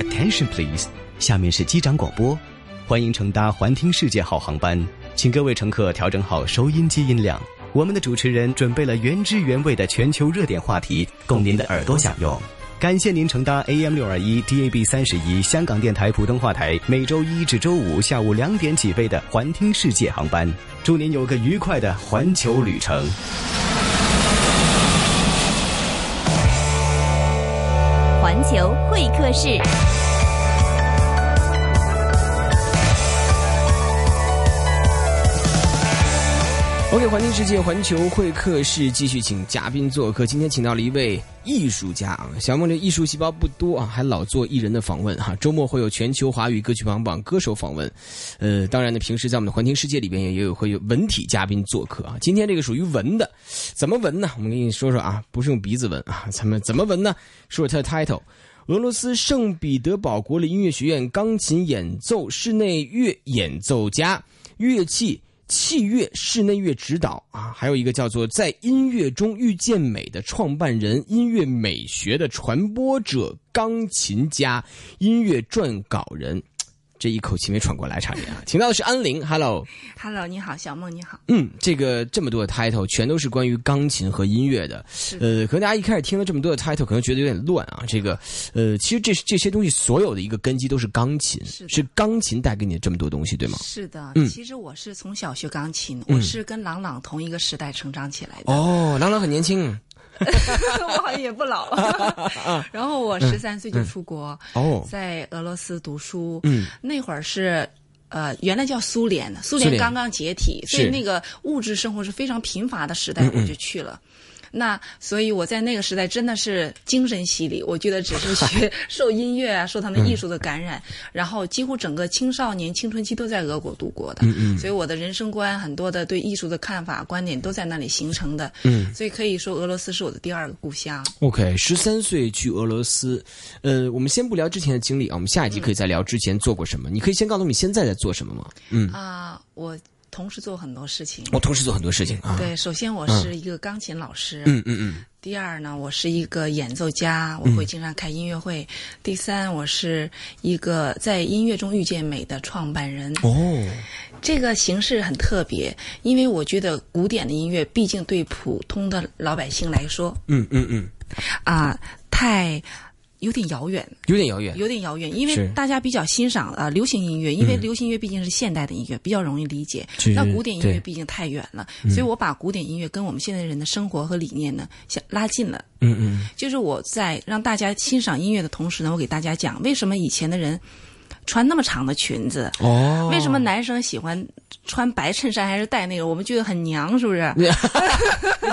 Attention please，下面是机长广播，欢迎乘搭环听世界号航班，请各位乘客调整好收音机音量。我们的主持人准备了原汁原味的全球热点话题，供您的耳朵享用。感谢您乘搭 AM 六二一 DAB 三十一香港电台普通话台每周一至周五下午两点起飞的环听世界航班，祝您有个愉快的环球旅程。环球会客室， OK，环境世界环球会客室继续请嘉宾做客，今天请到了一位艺术家啊，小梦这艺术细胞不多啊，还老做艺人的访问哈、周末会有全球华语歌曲排行榜歌手访问，呃，当然呢，平时在我们的环听世界里边也也有会有文体嘉宾做客啊。今天这个属于文的，怎么闻呢？我们给你说说啊，不是用鼻子闻啊，咱们怎么闻呢？说说它的 title。俄罗斯圣彼得堡国立音乐学院钢琴演奏室内乐演奏家，乐器器乐室内乐指导啊，还有一个叫做在音乐中遇见美的创办人，音乐美学的传播者，钢琴家，音乐撰稿人。 这一口气没喘过来，差点啊！请到的是安玲，Hello。 Hello，你好，小梦，你好。嗯，这个这么多的 title 全都是关于钢琴和音乐的，呃，可能大家一开始听了这么多的 title，可能觉得有点乱啊。这个，呃，其实这这些东西所有的一个根基都是钢琴，是的钢琴带给你的这么多东西，对吗？是的，嗯其实我是从小学钢琴，我是跟郎朗同一个时代成长起来的，哦，郎朗很年轻， 我好像也不老。 啊然后嗯我十三岁就出国，哦，在俄罗斯读书。嗯，那会儿是。呃，原来叫苏联，苏苏联联刚刚解体，所以是嗯那个物质生活是非常贫乏的时代，我就去了。那所以我在那个时代真的是精神洗礼，我觉得只是学 受音乐啊，受他嗯们艺术的感染，然后几乎整个青少年青春期都在俄国度过嗯的，所以我的人生观很多的对艺术的看法观点都在那里形成的，嗯所以可以说俄罗斯是我的第二个故乡。 OK，十三岁去俄罗斯，呃，我们先不聊之前的经历啊，我们下嗯一集可以再聊之前做过什么。你可以先告诉我们现在在做什么吗？嗯，啊、我同时做很多事情。我同时做很多事情啊。，对，首先我是一个钢琴老师，嗯嗯嗯，第二呢，我是一个演奏家，我会经常开音乐会。第三，我是一个在音乐中遇见美的创办人。哦，这个形式很特别，因为我觉得古典的音乐毕竟对普通的老百姓来说嗯嗯嗯，啊、太有点遥远，有点遥远。有点遥远，因是嗯为大家比较欣赏啊、呃流行音乐，因为流行音乐毕竟是现代的音乐，比较容易理解其实。那古典嗯音对嗯乐毕竟太远了，所以我把古典音乐跟我们现在人的生活和理念呢，相拉近了。嗯嗯，就是我在让大家欣赏音乐的同时呢，我给大家讲为什么以前的人穿那么长的裙子，哦，为什么男生喜欢穿白衬衫还是带那个，我们觉得很娘，是不是？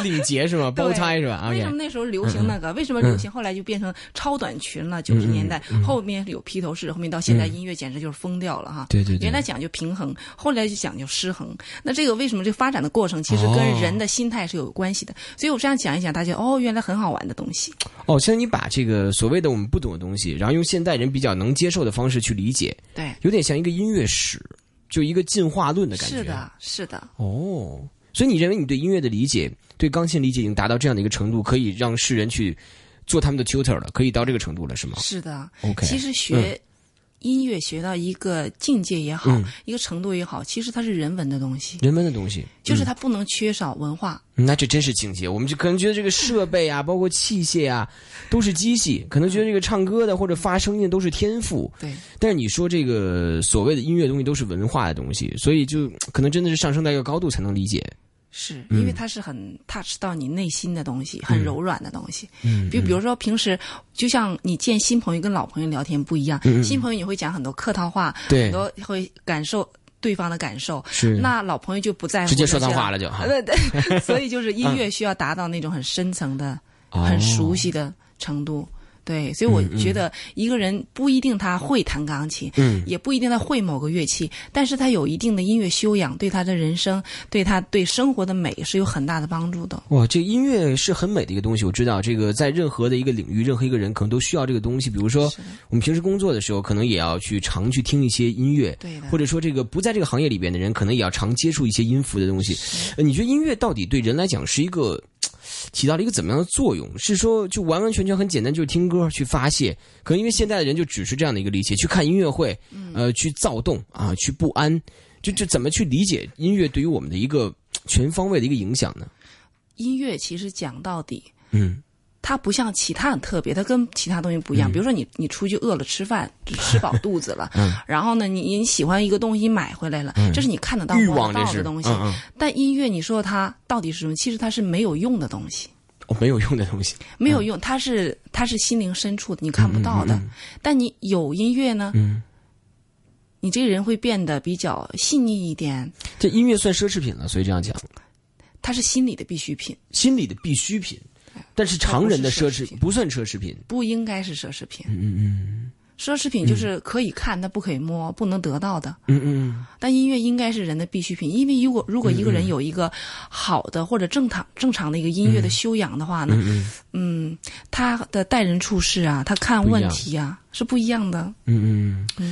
领结是吗？ 对包tie 是吧？OK 为什么那时候嗯流行那个？为什么流行后来就变成超短裙了？嗯九十年代后面有披头士，后面到现在音乐简直就是疯掉了哈。对对对原来讲究平衡，后来就讲究失衡。那这个为什么这发展的过程其实跟哦人的心态是有关系的？所以我这样讲一讲，大家哦，原来很好玩的东西。哦，现在你把这个所谓的我们不懂的东西，然后用现代人比较能接受的方式去理解，对，有点像一个音乐史，就一个进化论的感觉。是的，是的。哦，所以你认为你对音乐的理解，对钢琴理解已经达到这样的一个程度，可以让世人去做他们的 tutor 了，可以到这个程度了，是吗是的哦 OK，嗯其实学音乐学到一个境界也好，一个程度也好，其实它是人文的东西，人文的东西，就是它不能缺少文化。嗯那这真是境界。我们就可能觉得这个设备啊，包括器械啊，都是机器，可能觉得这个唱歌的或者发声音的都是天赋。对，但是你说这个所谓的音乐东西都是文化的东西，所以就可能真的是上升到一个高度才能理解。是嗯因为它是很 touch 到你内心的东西，很柔软的东西。嗯比比如说平时，就像你见新朋友跟老朋友聊天不一样，新朋友你会讲很多客套话，嗯对很多会感受。对方的感受是那老朋友就不在乎直接说这些脏话了就哈 对对，所以就是音乐需要达到那种很深层的、啊哦很熟悉的程度。对，所以我觉得一个人不一定他会弹钢琴，嗯也不一定他会某个乐器，但是他有一定的音乐修养，对他的人生、对他对生活的美是有很大的帮助的。哇，这音乐是很美的一个东西。我知道，这个在任何的一个领域，任何一个人可能都需要这个东西。比如说，我们平时工作的时候，可能也要去常去听一些音乐，对的或者说这个不在这个行业里边的人，可能也要常接触一些音符的东西。呃，你觉得音乐到底对人来讲是一个？起到了一个怎么样的作用？是说就完完全全很简单，就是听歌去发泄。可能因为现在的人就只是这样的一个理解，去看音乐会，呃，去躁动啊，去不安，就就怎么去理解音乐对于我们的一个全方位的一个影响呢？音乐其实讲到底，嗯，它不像其他很特别，它跟其他东西不一样。比如说你你出去饿了吃饭，吃饱肚子了，嗯然后呢，你你喜欢一个东西买回来了，这是你看得到欲摸望得这到是的东西。嗯嗯但音乐，你说它到底是什么？其实它是没有用的东西。哦，没有用的东西，没有用，它是它是心灵深处的，你看不到的。但你有音乐呢，嗯，你这个人会变得比较细腻一点。这音乐算奢侈品了，所以这样讲，它是心理的必需品，心理的必需品。但是常人的奢侈嗯品不算奢侈品，不应该是奢侈品。嗯嗯。奢侈品就是可以看，但不可以摸，不能得到的。嗯嗯，但音乐应该是人的必需品，因为如果如果一个人有一个好的或者正常正常的一个音乐的修养的话呢，嗯他的待人处事啊，他看不一样问题啊是不一样的。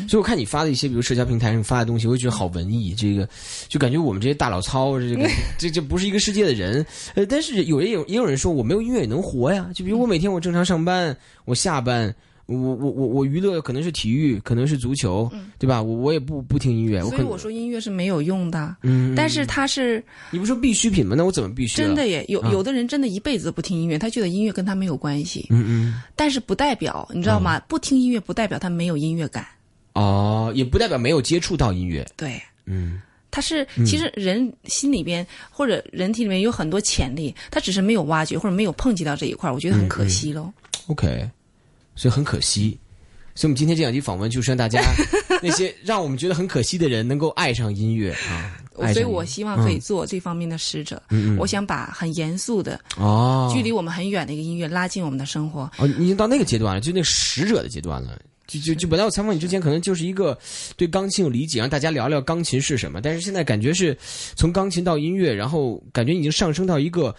所以我看你发的一些，比如社交平台上发的东西，我就觉得好文艺，这个就感觉我们这些大老糙，这嗯个这这不是一个世界的人。呃，但是有也有也有人说我没有音乐也能活呀，就比如我每天我正常上班，我下班。我我我我娱乐可能是体育，可能是足球，对吧？我我也不不听音哎乐，我嗯所可以能我说音乐是没有用的，嗯但是它是你不说必需品吗？那我怎么必须、啊？真的，耶，有有的人真的一辈子不听音乐，他觉得音乐跟他没有关系，嗯嗯，但是不代表你知道吗？不听音乐不代表他没有音乐感，哦，也不代表没有接触到音乐，对。嗯他是，其实人心里边或者人体里面有很多潜力，他只是没有挖掘或者没有碰及到这一块儿，我觉得嗯很可惜喽。 ，OK，所以很可惜。所以我们今天这两期访问就是让大 家那些让我们觉得很可惜的人能够爱上音乐啊，爱上嗯音所以乐嗯我希望可以做这方面的使者。我想把很严肃的、哦，距离我们很远的一个音乐拉近我们的生活。哦，你已经到那个阶段了，就那个使者的阶段了。就就就本来我采访你之前，可能就是一个对钢琴有理解，让大家聊聊钢琴是什么。但是现在感觉是从钢琴到音乐，然后感觉已经上升到一个，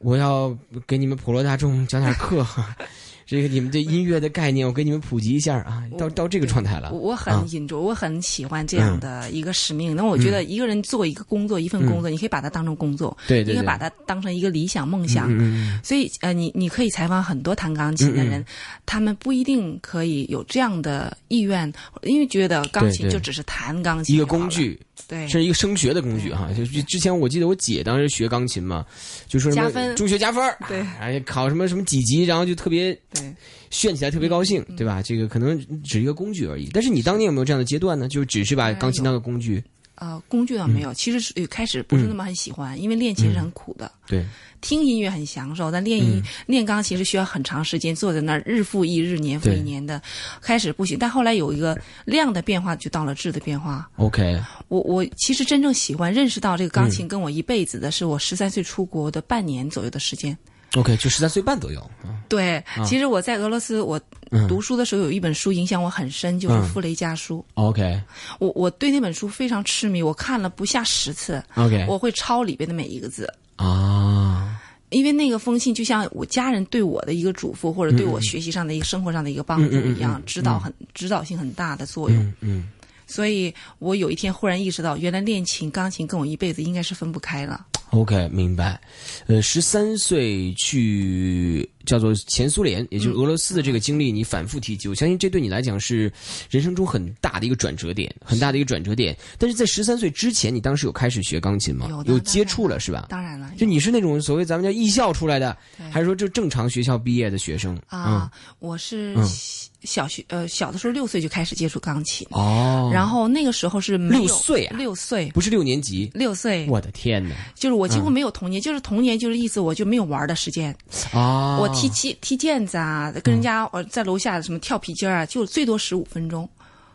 我要给你们普罗大众讲点课， 这个你们对音乐的概念，我给你们普及一下啊，到到这个状态了我。我很引着，我很喜欢这样的一个使命。那、我觉得一个人做一个工作，一份工作，你可以把它当成工作，嗯对对你对可以把它当成一个理想梦想。嗯嗯所以呃，你你可以采访很多弹钢琴的人，他们不一定可以有这样的意愿，因为觉得钢对琴对就只是弹钢琴一个就好了嗯工，具，对这。是一个升学的工具哈。就就之前我记得我姐当时学钢琴嘛，就说什加么分嗯中学加分儿，对哎，考什么什么几级，然后就特别对炫起来特别高嗯兴，对吧？这个可能只是一个工具而已。但是你当年有没有这样的阶段呢？就只是把钢琴当个工具？呃，工具倒没有，其实是呃开始嗯不是那么很喜欢，因为练琴是很苦的，对，听音乐很享受，但练音、嗯练钢琴是需要很长时间坐在那儿，日复一日，年复对一年的，开始不行，但后来有一个量的变化，就到了质的变化。 ，OK，我我其实真正喜欢认识到这个钢嗯琴跟我一辈子的，是我十三岁出国的半年左右的时间。 OK，就十三岁半左右啊。对，其实我在俄罗斯，我嗯读书的时候有一本书影响我很深，就是嗯《傅雷家书》。 OK，OK，我我对那本书非常痴迷，我看了不下十次，哎我会抄里边的每一个字。啊，因为那个封信就像我家人对我的一个嘱咐，或嗯者对我学习上的一个、生活上的一个帮助一样，指导很指导性很大的作用。嗯嗯，所以我有一天忽然意识到，原来练琴、钢琴跟我一辈子应该是分不开了。 OK，明白。呃，十三岁去叫做前苏联，也嗯就是俄罗斯的这个经历，你反复提及，我相信这对你来讲是人生中很大的一个转折点，很大的一个转折点。但是在十三岁之前，你当时有开始学钢琴吗？有的有当接然触了是吧？当然了，就你是那种所谓咱们叫艺校出来的，对还是嗯说就正常学校毕业的学生？啊，我是嗯小小学呃小的时候六岁就开始接触钢琴，嗯哦，然后那个时候是没有六岁啊六岁不是六年级，六岁，我的天哪！就是我几嗯乎没有童年，就是童年就是意思我就没有玩的时间，啊，我踢毽踢毽子啊，跟人嗯家我在楼下什么跳皮筋儿啊，就最多十五分钟，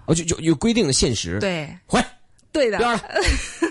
哦，就就有规定的限时，，对回对边的，儿了，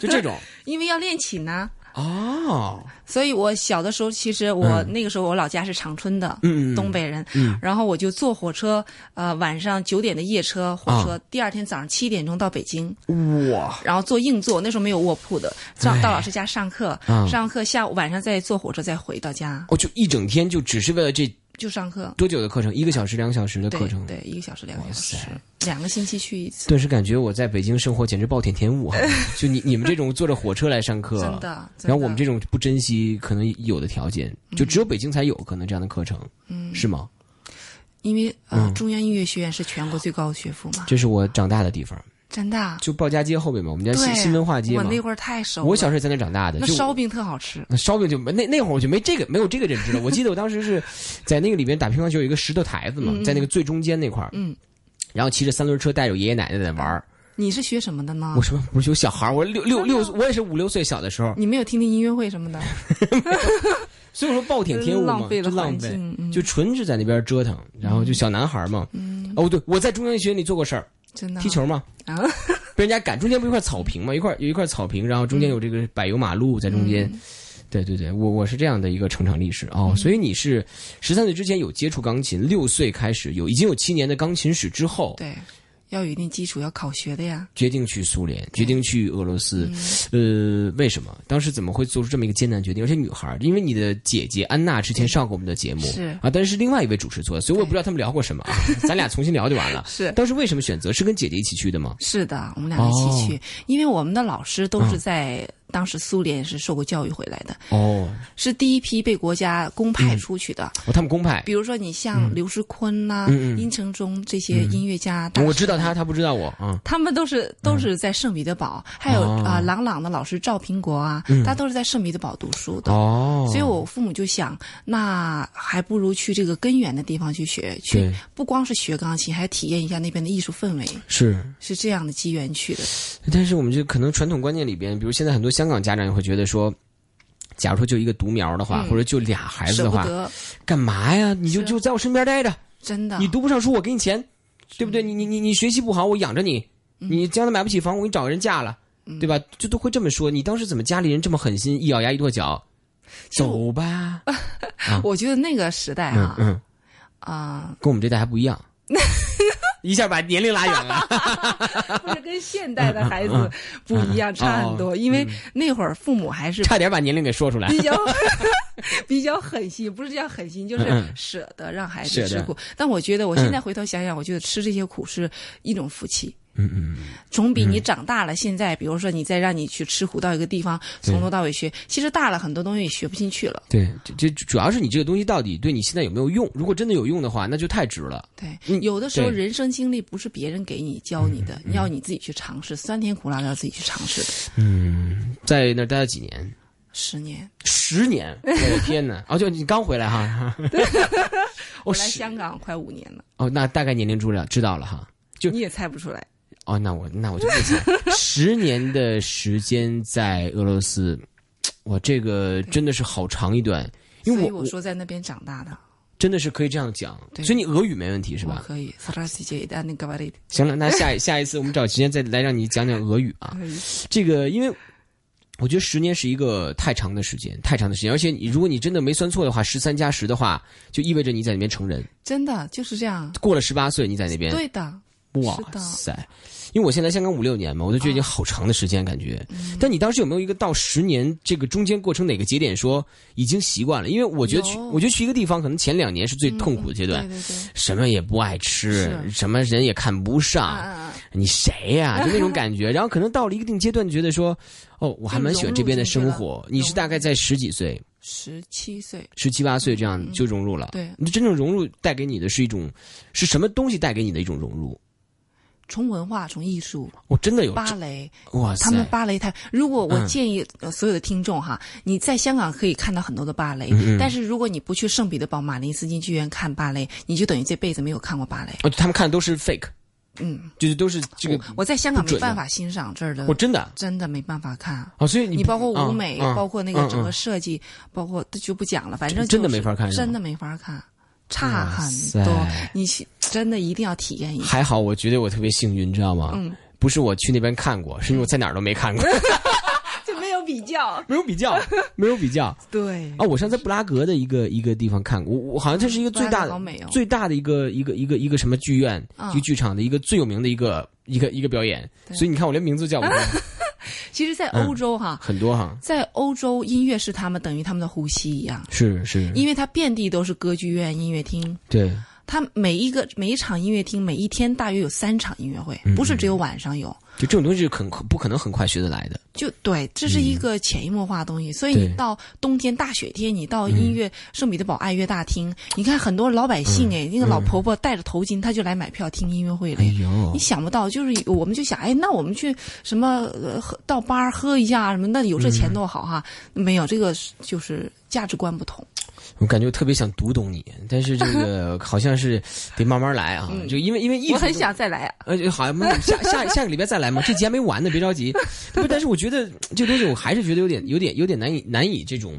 就这种因为要练琴呢、哦，所以我小的时候，其实我那个时候我老家是长春的，嗯嗯嗯嗯东北人，然后我就坐火车，呃，晚上九点的夜车，火车，第二天早上七点钟到北京，啊哇，然后坐硬座，那时候没有卧铺的，上哎到老师家上课，嗯上课下午晚上再坐火车再回到家，哦，就一整天就只是为了这就上课，多久的课程？一个小时、两个小时的课对程？对，一个小时两个哇小时塞，两个星期去一次，顿时感觉我在北京生活简直暴殄天 物哈！啊就你你们这种坐着火车来上课，啊真的。真然后我们的这种不珍惜可能有的条件，嗯就只有北京才有可能这样的课程，嗯，是吗？因为呃嗯，中央音乐学院是全国最高的学府嘛，这是我长大的地方，真的啊。就鲍家街后面嘛，我们家对呃新啊，新文化街我嘛。那会儿太熟了，我小时候也在那长大的，那就烧饼特好吃，那烧饼就没那那会儿我就没这个没有这个认知了。我记得我当时是在那个里面打乒乓球，有一个石头台子嘛，在那个最中间那块儿，嗯，然后骑着三轮车带着爷爷奶奶在玩儿。你是学什么的呢？我说不是有小孩儿，我六六六，我也是五六岁小的时候，你没有听听音乐会什么的？所以我说暴殄 天物嘛，浪费了就浪环费境，嗯就纯是在那边折腾，然后就小男孩嘛。哦，对，我在中央音乐学院里做过事儿，真的啊踢球嘛，嗯 啊？被人家赶，中间不是一块草坪嘛，一块有一块草坪，然后中间有这个柏油马路在中嗯间。对对对，我我是这样的一个成长历史哦，所以你是十三岁之前有接触钢琴，六岁开始有已经有七年的钢琴史之后，对，要有一定基础，要考学的呀。决定去苏联，决定去俄罗斯，呃，为什么？当时怎么会做出这么一个艰难决定？而且女孩儿，因为你的姐姐安娜之前上过我们的节目，是啊，但是是另外一位主持做的，所以我也不知道他们聊过什 么啊，咱俩重新聊就完了。是当时为什么选择是跟姐姐一起去的吗？是的，我们俩一起哦去，因为我们的老师都是在当时苏联是受过教育回来的，哦，是第一批被国家公派出去的。哦他们公派比，如说，你像刘世坤呐、嗯嗯嗯殷承宗这些音乐家，大师我知道他，他不知道我啊。他们都是都是在圣彼得堡，还有哦嗯啊、呃郎朗的老师赵平国啊，他都是在圣彼得堡读书的。哦，所以我父母就想，那还不如去这个根源的地方去学，去对不光是学钢琴，还体验一下那边的艺术氛围，是，是这样的机缘去的。但是我们就可能传统观念里边，比如现在很多香港家长也会觉得说。假如说就一个独苗的话，嗯或者就俩孩子舍的不话，得，干嘛呀？你就是就在我身边待着，真的。你读不上书，我给你钱，对不对？你你你你学习不好，我养着你，你将来买不起房，我给你找个人嫁了，对吧？就都会这么说。你当时怎么家里人这么狠心，一咬牙一跺脚，其实我走吧？啊我觉得那个时代嗯啊，嗯，啊、跟我们这代还不一样，一下把年龄拉远了。嗯不是跟现代的孩子不一样，差很哦多。因嗯为那会儿父母还是差点把年龄给说出来比。较 比较狠心，不是叫狠心，就嗯是嗯舍得让孩舍子得吃苦。但我觉得，我现在回头想想，我觉得吃这些苦是一种福气。嗯嗯，总比你长大了，现在比如说你再让你去吃苦到一个地方，对从头到尾学，其实大了很多东西也学不进去了。对，这这主要是你这个东西到底对你现在有没有用？如果真的有用的话，那就太值了。对，嗯有的时候对嗯人生经历不是别人给你教你的，要你自己去尝试，酸甜苦辣都要自己去尝试的。在那儿待了几年，十年，十年，我的天哪！哦，就你刚回来哈，我我来香港快五年了，哦，那大概年龄知道知道了哈。就你也猜不出来。哦，那我那我就不猜，十年的时间在俄罗斯，哇，这个真的是好长一段，因所为以我我说在那边长大的，真的是可以这样讲，对所以你俄语没问题是我吧？可以。Здравствуйте, да, не говорите 行了，那下一下一次我们找时间再来让你讲讲俄语 啊。可以这个因为。我觉得十年是一个太长的时间，太长的时间，而且你如果你真的没算错的话，十三加十的话，就意味着你在那边成人，真的就是这样。过了十八岁你在那边，对的，哇是的塞！因为我现在香港五六年嘛，我都觉得已经好长的时间感觉。但你当时有没有一个到十年这个中间过程哪个节点说已经习惯了？因为我觉得去有，我觉得去一个地方可能前两年是最痛苦的阶段，嗯对对对，什么也不爱吃，是什么人也看不上，啊，你谁呀、就那种感 觉。然后可能到了一定阶段，觉得说，哦，我还蛮喜欢这边的生就融活。你是大概在十几岁、十七岁，十七八岁这样就融入了。嗯对你真正融入带给你的是一种是什么东西带给你的一种融入？从文化，从艺术，我真的有芭蕾，哇塞！他们芭蕾他，如果我嗯建议呃所有的听众哈，你在香港可以看到很多的芭蕾，嗯但是如果你不去圣彼得堡马林斯基剧院看芭蕾，你就等于这辈子没有看过芭蕾。哦，他们看的都是 fake，嗯，就是都是这个我，呃我在香港不没准的办法欣赏这儿的我，真的啊真的没办法看。哦，所以你你不包括啊舞美，啊包括那个整嗯个嗯设计，包括就不讲了，反正真真的就是没法看是吗真的没法看，差很哇多塞。你是真的一定要体验一下。还好，我觉得我特别幸运，你知道吗？嗯，不是我去那边看过，是因为我在哪儿都没 看过， 就没有比较。没有比较，没有比较。对，啊，我上次在布拉格的一个一个地方看过，我我好像这是一个最大布拉的、格好美哦最大的一个一个一个一个什么剧院、嗯一个剧场的一个最有名的一个一个一个表演，对 所以你看我连名字都叫不出来，其实，在嗯欧洲哈，很多哈，在欧洲音乐是他们等于他们的呼吸一样，是是，因为它遍地都是歌剧院、音乐厅，对，它每一个每一场音乐厅，每一天大约有三场音乐会，嗯不是只有晚上有。就这种东西是很不可能很快学得来的。就对，这是一个潜移默化的东西。所以嗯你对嗯到冬天大雪天，你到音乐圣彼得堡爱乐大厅，你看很多老百嗯姓哎，那个老婆婆戴着头巾，她就来买票听音乐会了。哎呦你，想不到，就是我们就想，哎，那我们去什么呃喝到吧儿喝一下什么，那有这嗯钱多好哈。没有这个是就是价值观不同，我感觉特别想读懂你，但是这个好像是得慢慢来啊，就因为因为艺术嗯我很想再来啊。呃，就好像 慢慢下下下个礼拜再来嘛，这集还没完呢，别着急。不，但是我觉得这东西我还是觉得有点有点有点难以难以这种。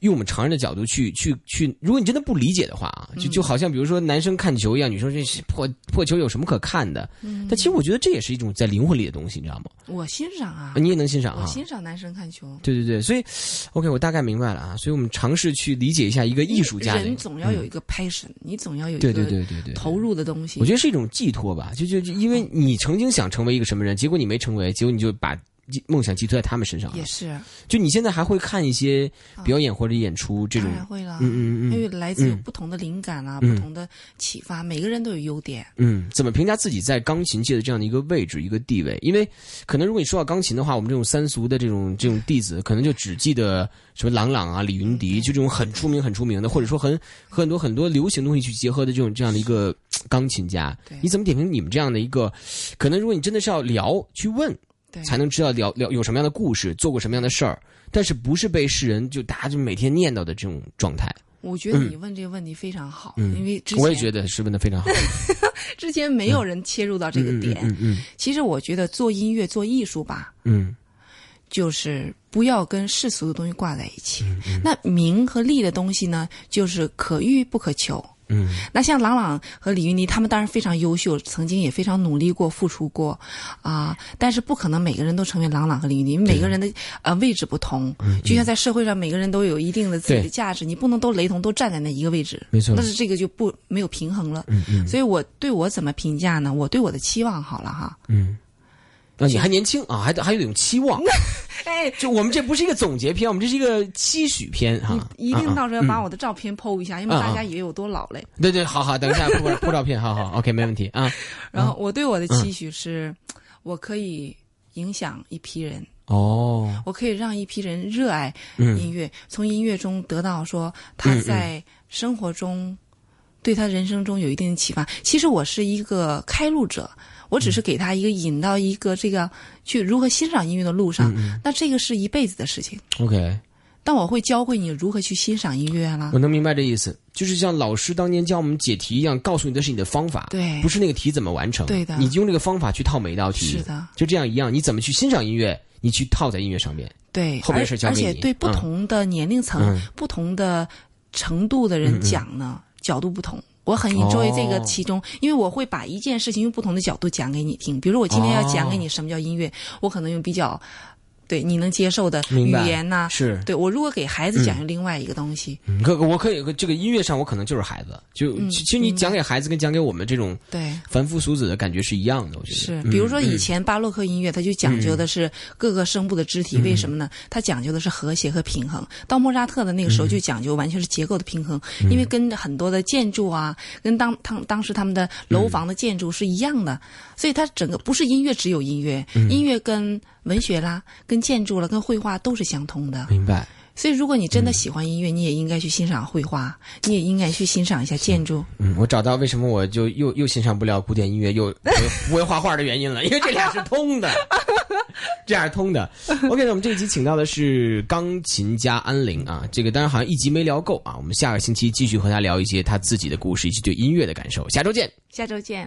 用我们常人的角度去去去，如果你真的不理解的话啊，就嗯就好像比如说男生看球一样，女生这破破球有什么可看的？嗯但其实我觉得这也是一种在灵魂里的东西，你知道吗？我欣赏啊，你也能欣赏我啊。欣赏男生看球。对对对，所以，OK，我大概明白了啊。所以我们尝试去理解一下一个艺术家的嗯人总要有一个 passion，、你总要有一对个对对对对投入的东西。我觉得是一种寄托吧，就就就因哦为你曾经想成为一个什么人，结果你没成为，结果你就把寄梦想寄托在他们身上了也。是，啊就你现在还会看一些表演或者演出这当种，然会了。嗯嗯因嗯为来自有嗯不同的灵感啊，嗯不同的启发，每个人都有优点。嗯，怎么评价自己在钢琴界的这样的一个位置、一个地位？因为可能如果你说到钢琴的话，我们这种三俗的这种这种弟子，可能就只记得什么郎朗啊、李云迪，嗯就这种很出名、很出名的，或者说很和很多很多流行东西去结合的这种这样的一个嘖钢琴家对。你怎么点评你们这样的一个？可能如果你真的是要聊去问，对，才能知道聊聊有什么样的故事，做过什么样的事儿，但是不是被世人就大家就每天念叨的这种状态？我觉得你问这个问题非常好，嗯因为之前我也觉得是问的非常好。之前没有人切入到这个 点。嗯嗯其实我觉得做音乐、做艺术吧，嗯就是不要跟世俗的东西挂在一起。嗯那名和利的东西呢，就是可遇不可求。嗯那像郎朗和李云迪，他们当然非常优秀，曾经也非常努力过、付出过，啊、但是不可能每个人都成为郎朗和李云迪，因为每个人的呃位置不同，就像在社会上，每个人都有一定的自己嗯对的价值，你不能都雷同，都站在那一个位置，没错但是这个就不没有平衡了。嗯嗯所以我对我怎么评价呢？我对我的期望好了哈，嗯。啊，你还年轻啊，还还有一种期望。哎，就我们这不是一个总结篇，我们这是一个期许篇哈。一定到时候要把我的照片 PO 一下，因为嗯啊大家以为我多老嘞。对对，好好，等一下铺铺照片，好好，OK，没问题 啊。然后我对我的期许是，我可以影响一批人。哦，我可以让一批人热爱嗯音乐，从音乐中得到说他在生活中、对他人生中有一定的启发。其实我是一个开路者，我只是给他一个引到一个这个去如何欣赏音乐的路嗯上。那这个是一辈子的事情， ，OK，但我会教会你如何去欣赏音乐啊啦我。能明白这意思，就是像老师当年教我们解题一样，告诉你的是你的方法，对不是那个题怎么完成，对的你用这个方法去套每一道题，是的，就这样一样，你怎么去欣赏音乐，你去套在音乐上面，对，后面而是交而给且你对不嗯同的年龄层、嗯不同的程度的人讲呢，角度不同。我很哦 enjoy 这个其中，因为我会把一件事情用不同的角度讲给你听。比如说，我今天要讲给你什么叫音乐，我可能用比较对你能接受的哦语明白言呐、是对我如果给孩子讲用另外一个东西，嗯可我可以这个音乐上，我可能就是孩子，就、嗯其其实你讲给孩子跟讲给我们这种对。凡夫俗子的感觉是一样的，我觉得嗯是，比如说以前巴洛克音乐，它就讲究的是各个声部的肢体，为什么呢？它讲究的是和谐和平衡。到莫扎特的那个时候，就讲究完全是结构的平衡，因为跟很多的建筑啊，跟当当当时他们的楼房的建筑是一样的，所以它整个不是音乐只有音乐，音乐跟文学啦、跟建筑啦、跟绘画都是相通的。明白。所以，如果你真的喜欢音乐，你也应该去欣赏绘画，你也应该去欣赏一下建筑。嗯，我找到为什么我就又又欣赏不了古典音乐， 又又不会画画的原因了，因为这俩是通的，这俩是通的。OK，那我们这一集请到的是钢琴家安玲啊，这个当然好像一集没聊够啊，我们下个星期继续和他聊一些他自己的故事以及对音乐的感受，下周见。下周见。